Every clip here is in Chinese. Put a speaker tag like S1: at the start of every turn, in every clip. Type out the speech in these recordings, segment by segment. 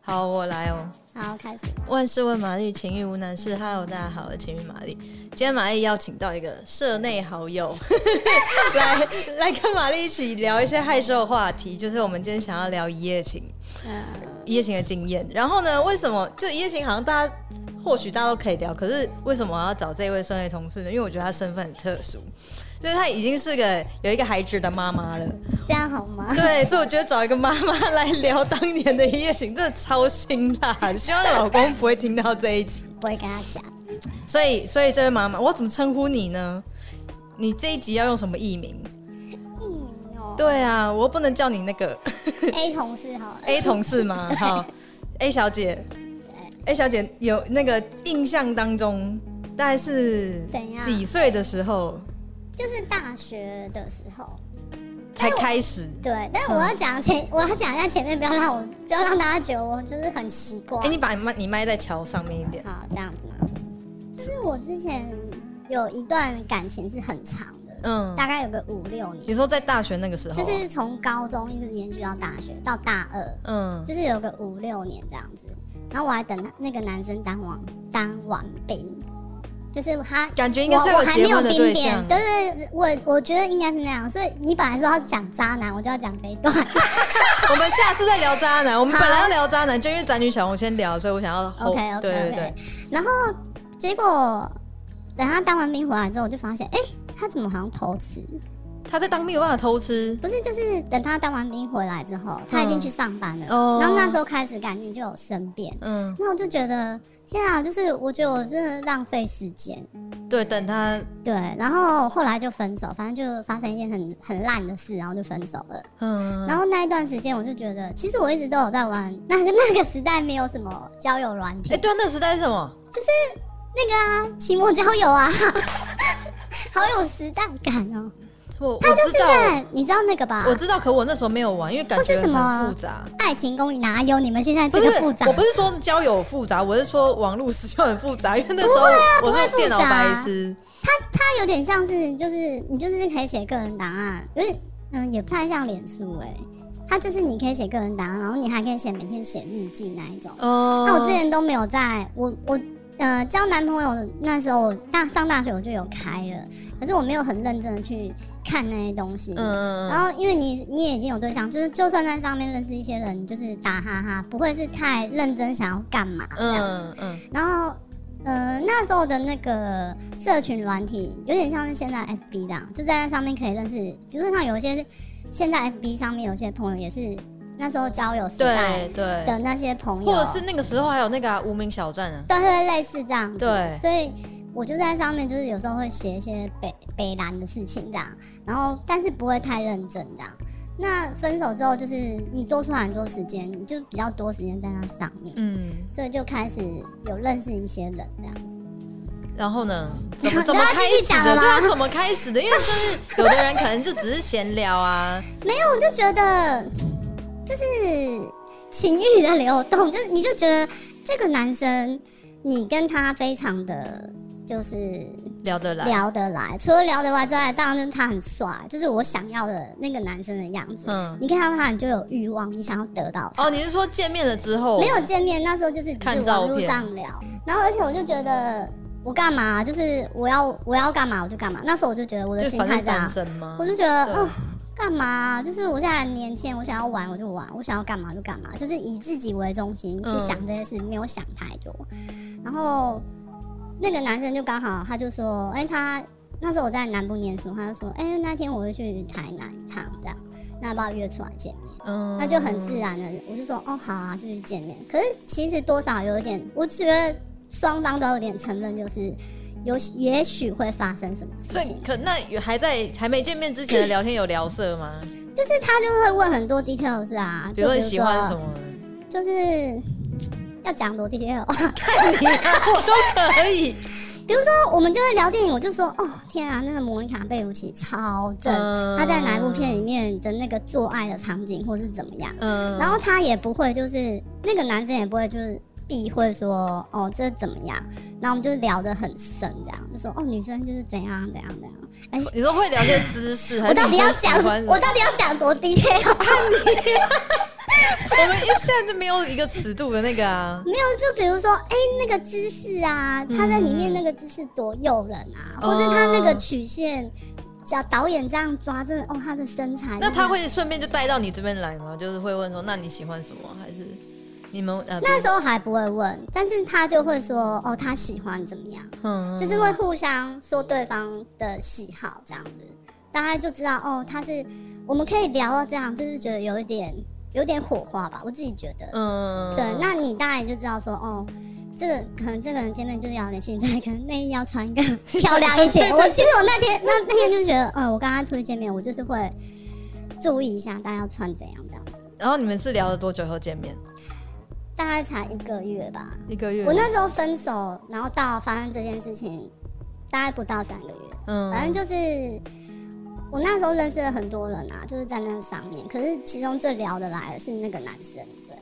S1: 好，我来哦。
S2: 好，开始。
S1: 万事问玛丽，情欲无难事。Hello，大家好，我是情欲玛丽。今天玛丽邀请到一个社内好友 来来跟玛丽一起聊一些害羞的话题，就是我们今天想要聊一夜情，
S2: 呃，
S1: 一夜情的经验。然后呢，为什么就一夜情好像大家或许大家都可以聊，可是为什么我要找这位社内同事呢？因为我觉得她身份很特殊，就是她已经是个有一个孩子的妈妈了。
S2: 这样 好吗？
S1: 对，所以我觉得找一个妈妈来聊当年的一夜情，真的超辛辣。希望老公不会听到这一集。
S2: 不会跟他讲。
S1: 所以，所以这位妈妈，我怎么称呼你呢？你这一集要用什么艺名？
S2: 艺名哦
S1: 对啊，我又不能叫你那个
S2: ，A 同事好了，
S1: A 同事 吗？好，A 小姐，A 小姐有那个印象当中，大概是
S2: 怎样
S1: 几岁的时候
S2: 就是大学的时候。
S1: 才开始？
S2: 对，但是我要讲前，我要讲一下前面，不要让我，不要让大家觉得我就是很奇怪。
S1: 哎、你把你麦你麦在桥上面一点。
S2: 好，这样子吗？就是我之前有一段感情是很长的，
S1: 嗯，
S2: 大概有个五六年，
S1: 你说在大学那个时候啊，
S2: 就是从高中一直延续到大学，到大二，
S1: 嗯，
S2: 就是有个五六年这样子。然后我还等他那个男生当完当完兵，就是他
S1: 感觉应该
S2: 我
S1: 是
S2: 我
S1: 有
S2: 还
S1: 结
S2: 没有
S1: 婚的
S2: 冰
S1: 对
S2: 点，
S1: 象。
S2: 对对，对我我觉得应该是那样。所以你本来说他是讲渣男，我就要讲这一段。
S1: 我们下次再聊渣男，我们
S2: 好
S1: 本来要聊渣男，就因为宅女小红先聊，所以我想要 hold-
S2: OK OK
S1: 对对
S2: OK
S1: 对，。
S2: 然后结果等他当完兵回来之后，我就发现，哎、他怎么好像偷吃？
S1: 他在当兵有办法偷吃，
S2: 不是，就是等他当完兵回来之后，他已经去上班了。
S1: 嗯哦
S2: 然后那时候开始感情就有生变。
S1: 嗯，
S2: 那我就觉得，天啊，就是我觉得我真的浪费时间，
S1: 对，等他，
S2: 对。然后后来就分手，反正就发生一件很很烂的事，然后就分手了。
S1: 嗯，
S2: 然后那一段时间，我就觉得，其实我一直都有在玩那个那个时代没有什么交友软体，
S1: 哎，对啊，那个时代是什么？
S2: 那个啊，期末交友啊， 好有时代感哦。
S1: 我
S2: 他
S1: 我
S2: 就是
S1: 知道，
S2: 在你知道那个吧
S1: 我？知道，可我那时候没有玩，因为感
S2: 或
S1: 觉
S2: 是什么
S1: 很复杂。
S2: 爱情公寓哪有你们现在
S1: 不
S2: 这
S1: 是
S2: 个，复杂
S1: 我？不是说交友复杂，我是说网络使用很复杂， 因为那时候
S2: 不
S1: 我
S2: 会复杂
S1: 是电脑白痴，
S2: 它有点像是就是你就是可以写个人档案，因为嗯也不太像脸书哎、它就是你可以写个人档案，然后你还可以写每天写日记那一种。
S1: 哦，
S2: 那我之前都没有在，我我呃交男朋友的那时候，我大上大学我就有开了，可是我没有很认真的去看那些东西。
S1: 嗯，
S2: 然后因为你你也已经有对象，就是就算在上面认识一些人，就是打哈哈，不会是太认真想要干嘛这样。
S1: 嗯嗯
S2: 然后呃那时候的那个社群软体有点像是现在 FB 这样，就在那上面可以认识，比如说像有一些现在 FB 上面有些朋友也是那时候交友时代
S1: 对对，
S2: 的那些朋友，
S1: 或者是那个时候还有那个啊无名小站啊，
S2: 对对，类似这样子。
S1: 对
S2: 所以我就在上面，就是有时候会写一些北北兰的事情这样，然后但是不会太认真这样。那分手之后，就是你多出来很多时间，你就比较多时间在那上面，
S1: 嗯。
S2: 所以就开始有认识一些人这样子。
S1: 然后呢？怎么
S2: 都
S1: 怎么
S2: 要
S1: 开
S2: 继续
S1: 始
S2: 讲
S1: 的？
S2: 了吗
S1: 对啊，怎么开始的？因为就是有的人可能就只是闲聊啊，
S2: 没有，我就觉得就是情欲的流动，就是你就觉得这个男生，你跟他非常的就是
S1: 聊得来。
S2: 聊得来。除了聊得来之外，当然就是他很帅，就是我想要的那个男生的样子。
S1: 嗯，
S2: 你看到他，你就有欲望，你想要得到他。
S1: 哦，你是说见面了之后
S2: 没有见面，那时候就是只是
S1: 看
S2: 网
S1: 照
S2: 络
S1: 片
S2: 上聊。然后，而且我就觉得我干嘛，就是我要我要干嘛我就干嘛。那时候我就觉得我的
S1: 就
S2: 心
S1: 反
S2: 态
S1: 正
S2: 这样
S1: 单，身吗
S2: 我？就觉得
S1: 嗯对
S2: 哦。干嘛？就是我现在很年轻，我想要玩我就玩，我想要干嘛就干嘛，就是以自己为中心去
S1: 嗯
S2: 想这些事，没有想太多。然后那个男生就刚好他就说，哎、他那时候我在南部念书，他就说，哎、那天我会去台南一趟，这样，那要不要约出来见面？
S1: 嗯
S2: 那就很自然的，我就说，哦，好啊，就去见面。可是其实多少有一点，我觉得双方都有点承认，就是有也许会发生什么事
S1: 所以
S2: 情。
S1: 可那有还在还没见面之前的聊天有聊色吗？
S2: 就是他就会问很多 details 啊，
S1: 比如说
S2: 就
S1: 你喜欢什么？
S2: 就是要讲多 detail。
S1: 你啊，我都可以。
S2: 比如说我们就会聊电影，我就说哦天啊，那个莫妮卡贝鲁奇超正，
S1: 嗯
S2: 她在哪一部片里面的那个做爱的场景或是怎么样，
S1: 嗯
S2: 然后他也不会就是那个男生也不会就是。避讳说哦这怎么样，然后我们就聊得很深，这样就说哦女生就是怎样怎样怎样。
S1: 你说会聊些姿势，还是
S2: 我到底
S1: 你
S2: 要
S1: 说喜
S2: 讲
S1: 欢什么
S2: 我到底要讲多 detail？
S1: 我们因为现在就没有一个尺度的那个啊，
S2: 没有，就比如说，哎、那个姿势啊，他在里面那个姿势多诱人啊，
S1: 嗯
S2: 或者他那个曲线，小导演这样抓，真的哦，他的身材。
S1: 那他会顺便就带到你这边来吗？就是会问说，那你喜欢什么？还是你们呃，
S2: 那时候还不会问，但是他就会说，哦，他喜欢怎么样，
S1: 嗯
S2: 就是会互相说对方的喜好这样子，大家就知道哦，他是我们可以聊到这样，就是觉得有一点有点火花吧，我自己觉得。
S1: 嗯
S2: 对，那你大概就知道说，哦，这个可能这个人见面就是要有点兴奋，可能内衣要穿更 漂亮一 点。我其实我那天那那天就觉得，呃，我跟他出去见面，我就是会注意一下大家要穿怎样这样子。
S1: 然后你们是聊了多久以后见面？
S2: 大概才一个月吧，
S1: 一个月？
S2: 我那时候分手，然后到发生这件事情，大概不到三个月，
S1: 嗯
S2: 反正就是。我那时候认识了很多人啊，就是在那上面，可是其中最聊得来的是那个男生，对。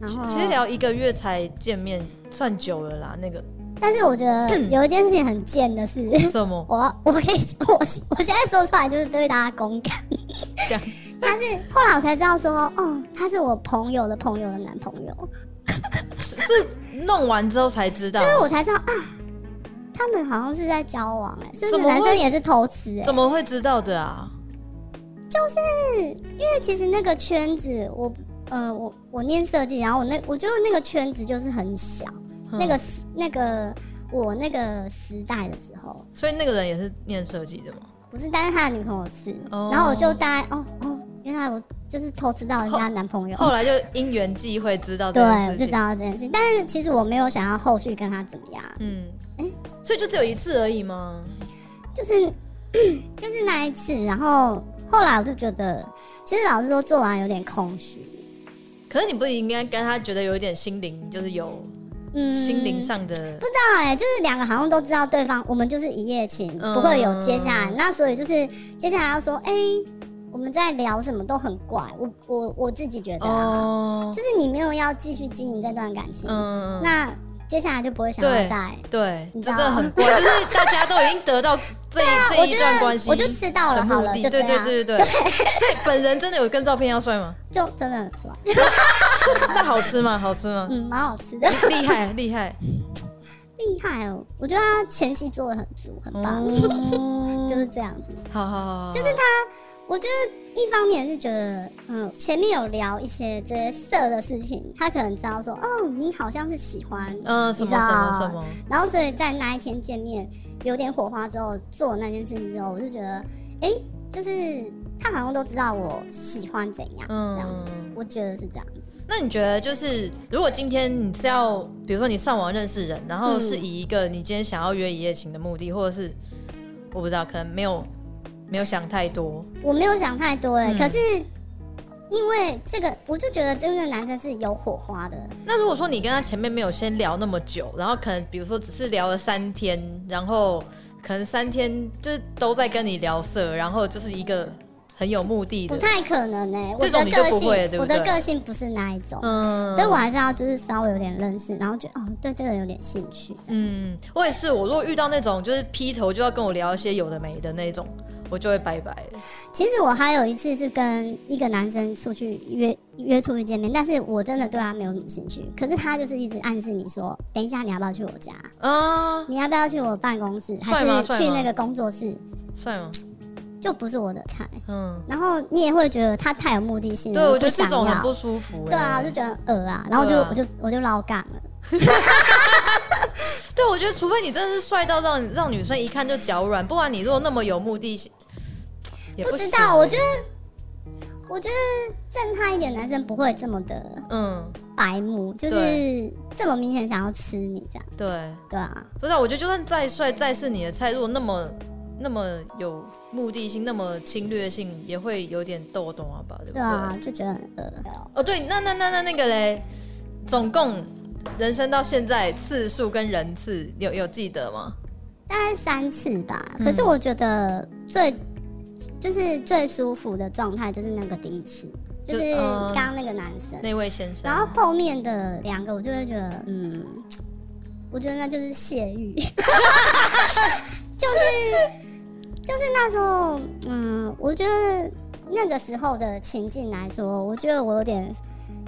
S2: 然后
S1: 其实聊一个月才见面，算久了啦。 那个
S2: 但是我觉得有一件事情很贱 的是，
S1: 什么
S2: 我我可以 我我现在说出来就是对大家公开。
S1: 讲，
S2: 他是后来我才知道说，哦，他是我朋友的朋友的男朋友，
S1: 是弄完之后才知道
S2: 就，是我才知道啊，他们好像是在交往哎、所以
S1: 怎
S2: 那
S1: 么
S2: 个
S1: 会
S2: 男生也是偷吃哎、
S1: 怎么会知道的啊？
S2: 因为其实那个圈子我。呃，我我念设计，然后我那我觉得那个圈子就是很小，
S1: 嗯
S2: 那个时那个我那个时代的时候，
S1: 嗯所以那个人也是念设计的嘛？
S2: 不是，但是他的女朋友是，
S1: 哦
S2: 然后我就大概哦哦，原来我就是偷吃到人家的男朋友，
S1: 后来就因缘际会知道这
S2: 对，
S1: 件
S2: 我
S1: 事
S2: 就
S1: 情
S2: 知。道这件事。但是其实我没有想要后续跟他怎么样，
S1: 嗯，
S2: 诶
S1: 所以就只有一次而已吗？
S2: 就是嗯就是那一次，然后后来我就觉得，其实老实说做完有点空虚，
S1: 可是你不应该跟他觉得有一点心灵，就是有
S2: 嗯，
S1: 心灵上的
S2: 不，知道哎、就是两个好像都知道对方，我们就是一夜情，
S1: 嗯
S2: 不会有接下来。那所以就是接下来要说，哎、我们在聊什么都很怪，我我我自己觉得、啊，
S1: 哦，
S2: 就是你没有要继续经营这段感情，
S1: 嗯，
S2: 那接下来就不会想要
S1: 对
S2: 再。
S1: 对，
S2: 你
S1: 真
S2: 知道啊
S1: 的很怪，就是大家都已经得 到这这
S2: 我
S1: 一
S2: 觉
S1: 段关系
S2: 得我就吃到
S1: 的
S2: 了，好
S1: 目
S2: 了，
S1: 的，
S2: 就
S1: 对
S2: 这
S1: 对
S2: 样，
S1: 对对对。所以本人真的有跟照片一样帅 吗？
S2: 就真的很爽，
S1: 嗯那好吃吗？好吃吗？
S2: 嗯，蛮好吃的，
S1: 厉害厉害，
S2: 厉害哦！我觉得他前戏做的很足，很棒，
S1: 哦
S2: 就是这样子。
S1: 好好好，就是
S2: 我觉得一方面是觉得，嗯，前面有聊一些这些色的事情，他可能知道说，哦，你好像是喜欢，
S1: 嗯什
S2: 你知
S1: 么
S2: 道啊
S1: 什么什么，
S2: 然后所以在那一天见面有点火花之后，做那件事情之后，我就觉得，哎、就是他好像都知道我喜欢怎样，这样子，
S1: 嗯。
S2: 我觉得是这样。
S1: 那你觉得就是，如果今天你是要，比如说你上网认识人，然后是以一个你今天想要约一夜情的目的，或者是我不知道，可能没有没有想太多，
S2: 我没有想太多哎、
S1: 嗯
S2: 可是因为这个，我就觉得真正的男生是有火花的。
S1: 那如果说你跟他前面没有先聊那么久，然后可能比如说只是聊了三天，然后可能三天就是都在跟你聊色，然后就是一个很有目的
S2: 不
S1: 的，
S2: 太可能哎、我
S1: 这种
S2: 的
S1: 你就
S2: 个
S1: 不
S2: 性，
S1: 会对不
S2: 我的
S1: 对
S2: 个性不是那一种，
S1: 嗯
S2: 所以我还是要就是稍微有点认识，然后觉得哦，对这个人有点兴趣。
S1: 嗯，我也是，我如果遇到那种就是劈头就要跟我聊一些有的没的那种，我就会拜拜了。
S2: 其实我还有一次是跟一个男生出去约约出去见面，但是我真的对他没有什么兴趣，可是他就是一直暗示你说，等一下你要不要去我家，
S1: 啊，
S2: 你要不要去我办公室，还
S1: 帅吗
S2: 是
S1: 帅
S2: 去
S1: 吗
S2: 那个工作室，
S1: 帅吗？
S2: 就不是我的菜。
S1: 嗯，
S2: 然后你也会觉得他太有目的性了，
S1: 对，我
S2: 你不
S1: 觉得这
S2: 想
S1: 种很
S2: 要
S1: 不舒服、欸。
S2: 对啊，我就觉得很恶啊，然后就、
S1: 对啊
S2: 我就我就老杠了。
S1: 对，我觉得除非你真的是帅到让让女生一看就脚软，不然你如果那么有目的性，也
S2: 不知
S1: 行
S2: 道，我觉
S1: 欸
S2: 得，我觉得正派一点的男生不会这么的
S1: 嗯，
S2: 白目，就是这么明显想要吃你这样，
S1: 对。
S2: 对啊，
S1: 不是、啊，我觉得就算再帅再是你的菜，如果那么那么有目的性、那么侵略性，也会有点逗懂啊吧，对不
S2: 对
S1: 对？
S2: 啊，就觉得很恶。
S1: 哦，对，那那那那那个嘞，总共人生到现在次数跟人次，你有有记得吗？
S2: 大概三次吧，
S1: 嗯
S2: 可是我觉得最、就是最舒服的状态就是那个第一次，
S1: 就
S2: 就
S1: 是嗯
S2: 刚那个男生，
S1: 那位先生
S2: 然，后后面的两个我就会觉得，嗯，我觉得那就是泄欲，就是就是那时候，嗯，我觉得那个时候的情境来说，我觉得我有点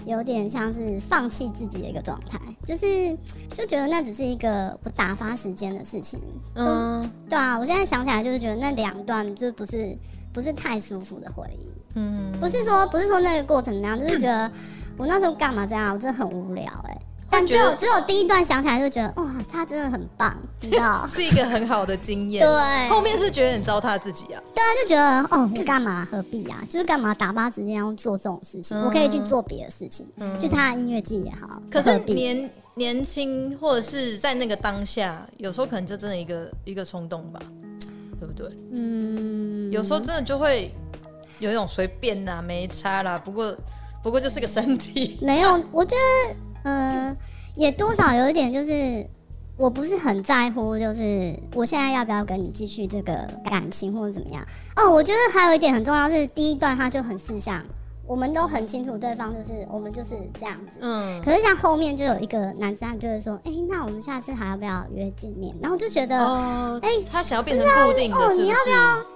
S2: 有点像是放弃自己的一个状态，就是就觉得那只是一个我打发时间的事情。嗯，
S1: 嗯
S2: 对啊，我现在想起来就是觉得那两段就不是不是太舒服的回忆，
S1: 嗯，
S2: 不是说不是说那个过程那样，就是 觉得我那时候干嘛这样，我真的很无聊哎、但只
S1: 觉得？
S2: 有只有第一段想起来就觉得哇，他真的很棒，你知 道
S1: 是一个很好的经验。
S2: 对，
S1: 后面是觉得你糟蹋自己啊，
S2: 对啊，就觉得哦，我干嘛何必啊？就是干嘛打发时间要做这种事情？
S1: 嗯
S2: 我可以去做别的事情，
S1: 嗯
S2: 去参加音乐季也好。
S1: 可
S2: 何
S1: 是
S2: 必
S1: 年年轻或者是在那个当下，有时候可能就真的一个一个冲动吧，对不对？
S2: 嗯，
S1: 有时候真的就会有一种随便啦、没差啦，不过不过就是个身 体，
S2: 没有，我觉得呃，也多少有一点就是。我不是很在乎，就是我现在要不要跟你继续这个感情或者怎么样哦。我觉得还有一点很重要是，第一段他就很识相，我们都很清楚对方就是我们就是这样子，
S1: 嗯，
S2: 可是像后面就有一个男生，他就会说：“哎、那我们下次还要不要约见面？”然后我就觉得，
S1: 哦，
S2: 哎
S1: 他想要变成固定的，
S2: 哦
S1: 是
S2: 你
S1: 不
S2: 要
S1: 是？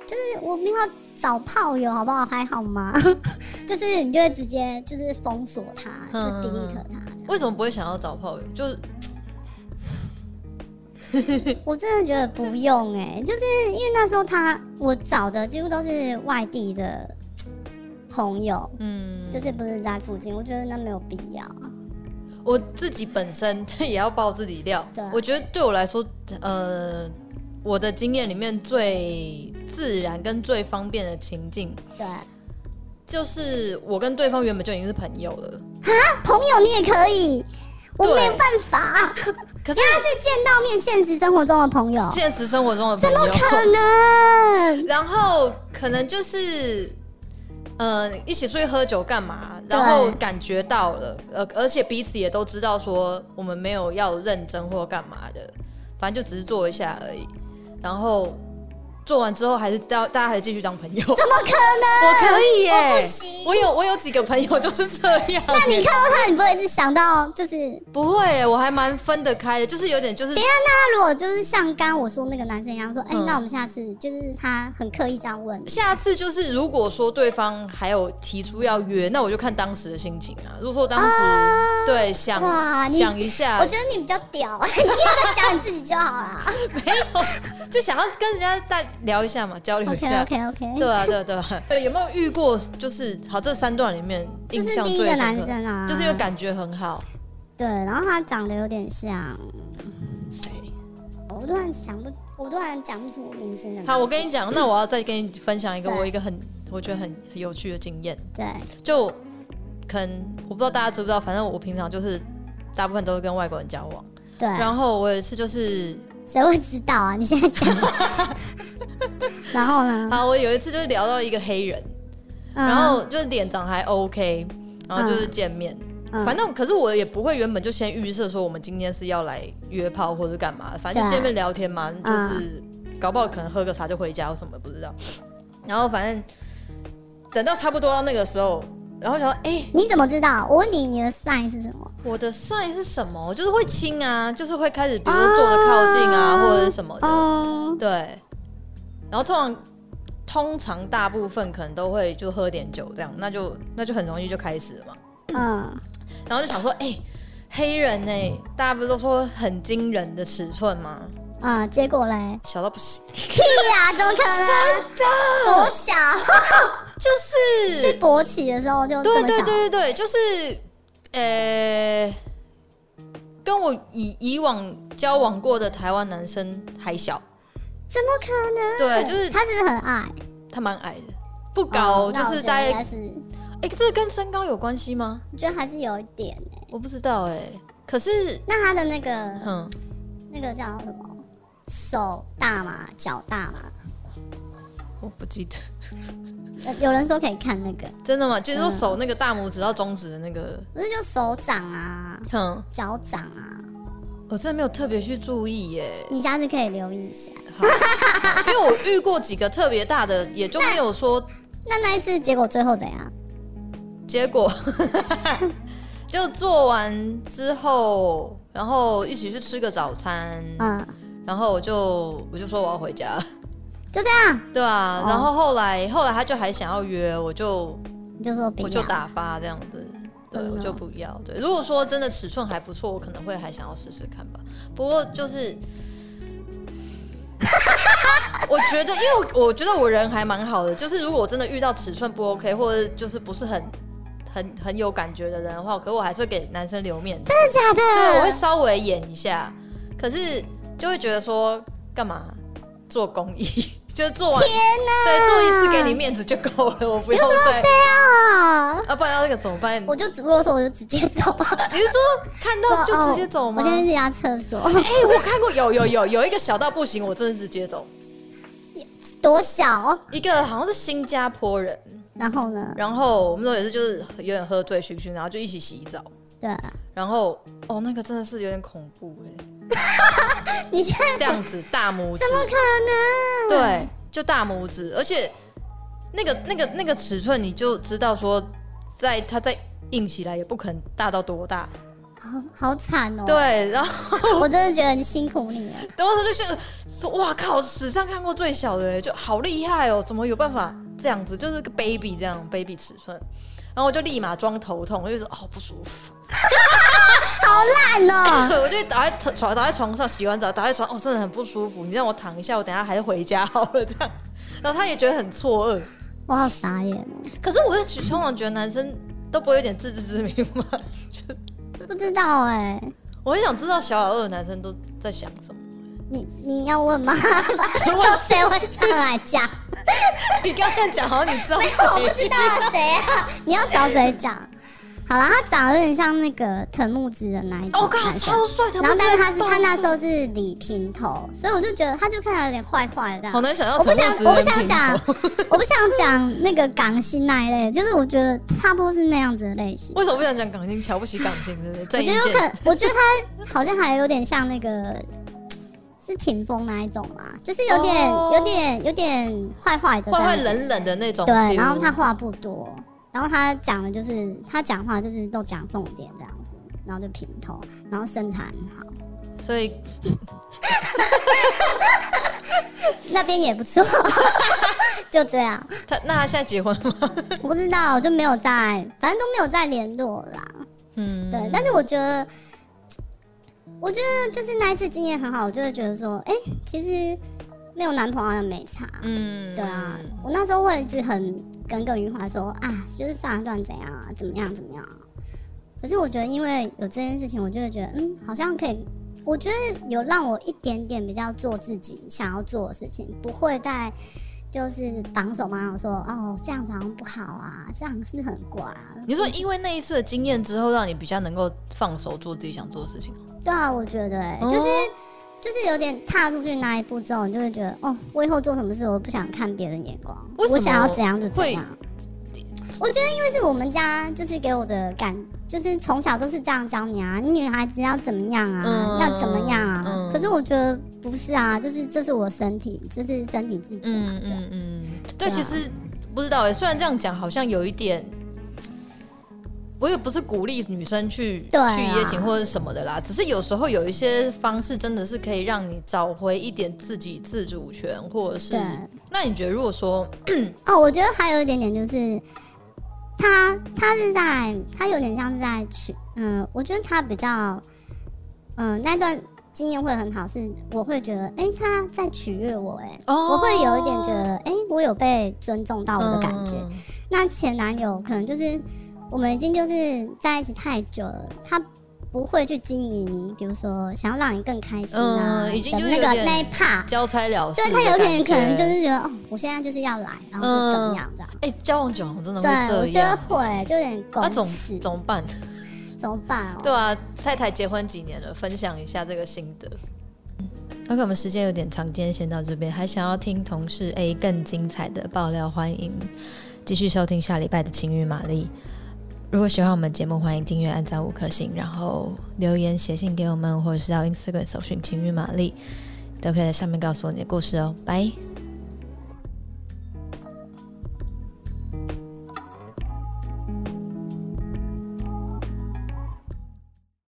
S2: 就是我没有要找炮友，好不好？还好吗？ 就是你就会直接就是封锁他，
S1: 嗯
S2: 就 delete 他。
S1: 为什么不会想要找炮友？就是
S2: 我真的觉得不用哎、就是因为那时候他我找的几乎都是外地的朋友，
S1: 嗯，
S2: 就是不是在附近，我觉得那没有必要。
S1: 我自己本身也要爆自己料
S2: 对。啊
S1: 我觉得对我来说，呃，我的经验里面最自然跟最方便的情境，
S2: 对，啊
S1: 就是我跟对方原本就已经是朋友了，
S2: 朋友你也可以，我
S1: 对
S2: 没有办法，啊
S1: 可是
S2: 因为他是见到面现实生活中的朋友。
S1: 现实生活中的朋友，
S2: 可能
S1: 然后可能就是，呃，一起出去喝酒干嘛？然后感觉到了，呃，而且彼此也都知道说我们没有要认真或干嘛的，反正就只是做一下而已。然后做完之后还是大大家还是继续当朋友。
S2: 怎么可能？
S1: 我可以耶、
S2: 我不行
S1: 我有我有几个朋友就是这样、
S2: 那你看到他，你不会一直想到就是，
S1: 不会耶、我还蛮分得开的，就是有点就是
S2: 等一下，那他如果就是像刚刚我说那个男生一样说，哎、
S1: 嗯
S2: 那我们下次就是他很刻意这样问，
S1: 下次就是，如果说对方还有提出要约，那我就看当时的心情啊。如果说当时、
S2: 啊
S1: 对想
S2: 哇你
S1: 想一下
S2: 我，觉得你比较屌， 你有没有想你自己就好啦。
S1: 就想要跟人家再聊一下嘛，交流一
S2: OK
S1: 下。
S2: OK OK，
S1: 对啊，对啊对 啊，对，有没有遇过就是好这三段里面
S2: 就
S1: 印
S2: 是
S1: 象
S2: 第一
S1: 最
S2: 个
S1: 深
S2: 男
S1: 刻，
S2: 生啊，
S1: 就是因为感觉很好。
S2: 对，然后他长得有点像，
S1: 谁？
S2: 我突然想不，我突然讲不出明星的名字。
S1: 好，我跟你讲，那我要再跟你分享一个
S2: 对
S1: 我一个很我觉得很很有趣的经验。
S2: 对，
S1: 就可能我不知道大家知不知道，反正我平常就是大部分都是跟外国人交往，
S2: 对，
S1: 然后我有一次就是
S2: 谁会知道啊？你现 在讲，然后呢？
S1: 好，我有一次就是聊到一个黑人，
S2: 嗯
S1: 然后就是脸长还 OK，然后就是见面。
S2: 嗯
S1: 反正可是我也不会原本就先预设说我们今天是要来约炮或者干嘛的，反正
S2: 对啊嗯
S1: 就见面聊天嘛，就是搞不好可能喝个茶就回家或什么不知道。然后反正等到差不多到那个时候，然后想说，哎、
S2: 你怎么知道？我问你，你的 sign 是什么？
S1: 我的 sign 是什么？就是会亲啊，就是会开始比如说坐的靠近啊，
S2: 啊
S1: 或者是什么的。
S2: 哦，
S1: 对，然后通常通常大部分可能都会就喝点酒这样，那就那就很容易就开始了嘛。
S2: 嗯，
S1: 然后就想说，哎、黑人呢、大家不是都说很惊人的尺寸吗？
S2: 嗯，结果嘞？
S1: 小到不行，
S2: 屁呀，怎么可能？真的，多小，
S1: 就是
S2: 是勃起的时候就这
S1: 对
S2: 么
S1: 对
S2: 小
S1: 对，对对，就是呃、跟我以以往交往过的台湾男生还小，
S2: 怎么可能？
S1: 对，就是
S2: 他是不是很矮，
S1: 他蛮矮的，不高，
S2: 哦
S1: 就
S2: 那我
S1: 是
S2: 觉得
S1: 大
S2: 应
S1: 概
S2: 该是，
S1: 哎、这个跟身高有关系吗？
S2: 我觉得还是有一点欸
S1: 我不知道哎、可是
S2: 那他的那个
S1: 嗯，
S2: 那个叫什么？手大嘛，脚大嘛，
S1: 我不记得，
S2: 呃有人说可以看那个，
S1: 真的吗？就是说手那个大拇指到中指的那个，
S2: 不是就手掌啊、
S1: 哼，
S2: 脚掌啊，
S1: 我真的没有特别去注意耶、
S2: 你下次可以留意一下。
S1: 好 好因为我遇过几个特别大的，也就没有说
S2: 那那一次结果最后怎样？
S1: 结果， 就做完之后，然后一起去吃个早餐，
S2: 嗯，
S1: 然后我就我就说我要回家，
S2: 就这样，
S1: 对啊，
S2: 哦
S1: 然后后来后来他就还想要约，我就
S2: 你就说不
S1: 我就
S2: 要。
S1: 打发这样子，对
S2: 真的哦
S1: 我就不要。对，如果说真的尺寸还不错，我可能会还想要试试看吧。不过就是， 我觉得，因为我我觉得我人还蛮好的，就是如果我真的遇到尺寸不 OK 或者就是不是很很很有感觉的人的话，可我还是会给男生留面子。
S2: 真的假
S1: 对，我会
S2: 的？
S1: 稍微演一下，可是就会觉得说干嘛做公益， 就是做完对做一次给你面子就够了，我不用再
S2: 啊！
S1: 啊，不然要那个怎么办？
S2: 我就只如果说我就直接走，啊哦
S1: 你是说看到啊就直接走吗？
S2: 我先去这家厕所，
S1: 哎、我看过有有有有一个小到不行，我真的直接走。
S2: 多小？
S1: 一个好像是新加坡人，
S2: 然后呢？
S1: 然后我们都也是就是有点喝醉醺醺，然后就一起洗澡，
S2: 对，啊
S1: 然后哦那个真的是有点恐怖哎、
S2: 你现在
S1: 这样子大拇指
S2: 怎么可能？
S1: 对，就大拇指，而且那个那个那个尺寸，你就知道说，在它再硬起来也不可能大到多大。
S2: 好好惨哦！
S1: 对，啊然后
S2: 我真的觉得很辛苦你了。
S1: 然后他就想说，哇靠，史上看过最小的耶，就好厉害哦，怎么有办法这样子，就是个 baby 这样 baby 尺寸。然后我就立马装头痛，我就说哦不舒服，
S2: 烂哦！
S1: 我就倒在床倒在床上洗完澡，倒在床哦真的很不舒服，你让我躺一下，我等一下还是回家好了这样。然后他也觉得很错愕，
S2: 我好傻眼哦！
S1: 可是我是通常觉得男生都不会有点自知之明吗？就
S2: 不知道哎、
S1: 我很想知道小老二的男生都在想什么。
S2: 你你要问吗？ 反正就谁会上来讲？
S1: 你刚刚讲好像你知道
S2: 没有，我不知
S1: 谁？
S2: 道啊谁啊？ 你要找谁讲？好啦，他长得有点像那个藤木子的那一
S1: 哦我
S2: 种
S1: 靠，
S2: 男生，
S1: 超帅！
S2: 然后但是他
S1: 不知
S2: 是
S1: 道
S2: 他那时候是理平头，所以我就觉得他就看起来有点坏坏的这
S1: 好
S2: 样。
S1: 难想象，
S2: 我不想，我不想讲
S1: 讲，，
S2: 我不想讲那个港星那一类，就是我觉得差不多是那样子的类型。
S1: 为什么不想讲港星？瞧不起港星，对不对？
S2: 我
S1: 郑伊
S2: 觉得有
S1: 健
S2: 可，我觉得他好像还有点像那个是霆锋那一种嘛，就是有点、
S1: 哦
S2: 有点有点坏坏的这
S1: 坏
S2: 样
S1: 坏
S2: 子，
S1: 冷冷的那种。
S2: 对，然后
S1: 比如
S2: 他话不多，然后他讲的就是他讲话就是都讲重点这样子，然后就平头，然后身材很好，
S1: 所以
S2: 那边也不错， 就这样，
S1: 他那他现在结婚了吗？
S2: 我不知道，我就没有在，反正都没有再联络啦，
S1: 嗯，
S2: 对，但是我觉得，我觉得就是那一次经验很好，我就会觉得说，哎、其实没有男朋友好像没差。
S1: 嗯
S2: 对啊，我那时候会一直很耿耿于怀，说啊，就是上一段怎样啊，怎么样怎么样啊。可是我觉得，因为有这件事情，我就会觉得，嗯，好像可以。我觉得有让我一点点比较做自己想要做的事情，不会再就是绑手绑脚说哦，这样子好像不好啊，这样是很怪啊。
S1: 你说因为那一次的经验之后，让你比较能够放手做自己想做的事情。
S2: 对啊，我觉得、欸、就是、
S1: 哦
S2: 就是有点踏出去那一步之后，你就会觉得，哦，我以后做什么事，我不想看别人眼光，
S1: 为什么
S2: 我想要怎样就怎
S1: 会
S2: 样。我觉得因为是我们家就是给我的感，就是从小都是这样教你啊，你女孩子要怎么样啊，
S1: 嗯
S2: 要怎么样啊。
S1: 嗯
S2: 可是我觉得不是啊，就是这是我身体，这是身体自主嘛，
S1: 嗯
S2: 对啊。
S1: 嗯嗯，对，
S2: 对啊
S1: 其实不知道哎、虽然这样讲好像有一点，我也不是鼓励女生去
S2: 对啊
S1: 去一夜情或者什么的啦，只是有时候有一些方式真的是可以让你找回一点自己自主权，或者是
S2: 对
S1: 那你觉得如果说
S2: 哦，我觉得还有一点点就是，他他是在他有点像是在去，嗯、我觉得他比较，嗯、那段经验会很好，是我会觉得，哎、他在取悦我、诶，哎、
S1: 哦
S2: 我会有一点觉得，哎、我有被尊重到我的感觉。
S1: 嗯
S2: 那前男友可能就是我们已经就是在一起太久了，他。不会去经营，比如说想要让你更开心啊，
S1: 嗯已经
S2: 的
S1: 就是
S2: 那
S1: 有
S2: 个
S1: 点
S2: 那一 part，
S1: 交差了事
S2: 对
S1: 的
S2: 他
S1: 感觉，
S2: 有点可能就是觉得，哦，我现在就是要来，然后就怎么样这样。
S1: 哎、交往久了真的会
S2: 对，我
S1: 这
S2: 觉得
S1: 样。啊
S2: 会，就有点
S1: 那、
S2: 公
S1: 怎么
S2: 司、
S1: 怎么办？
S2: 怎么办哦？
S1: 对啊，太太结婚几年了，分享一下这个心得。OK，我们时间有点长，今天先到这边。还想要听同事 A 更精彩的爆料，欢迎继续收听下礼拜的《情与玛丽》。如果喜欢我们节目，欢迎订阅、按赞五颗星，然后留言写信给我们，或者是到 Instagram 搜寻“情与玛丽”，都可以在上面告诉我你的故事哦。拜。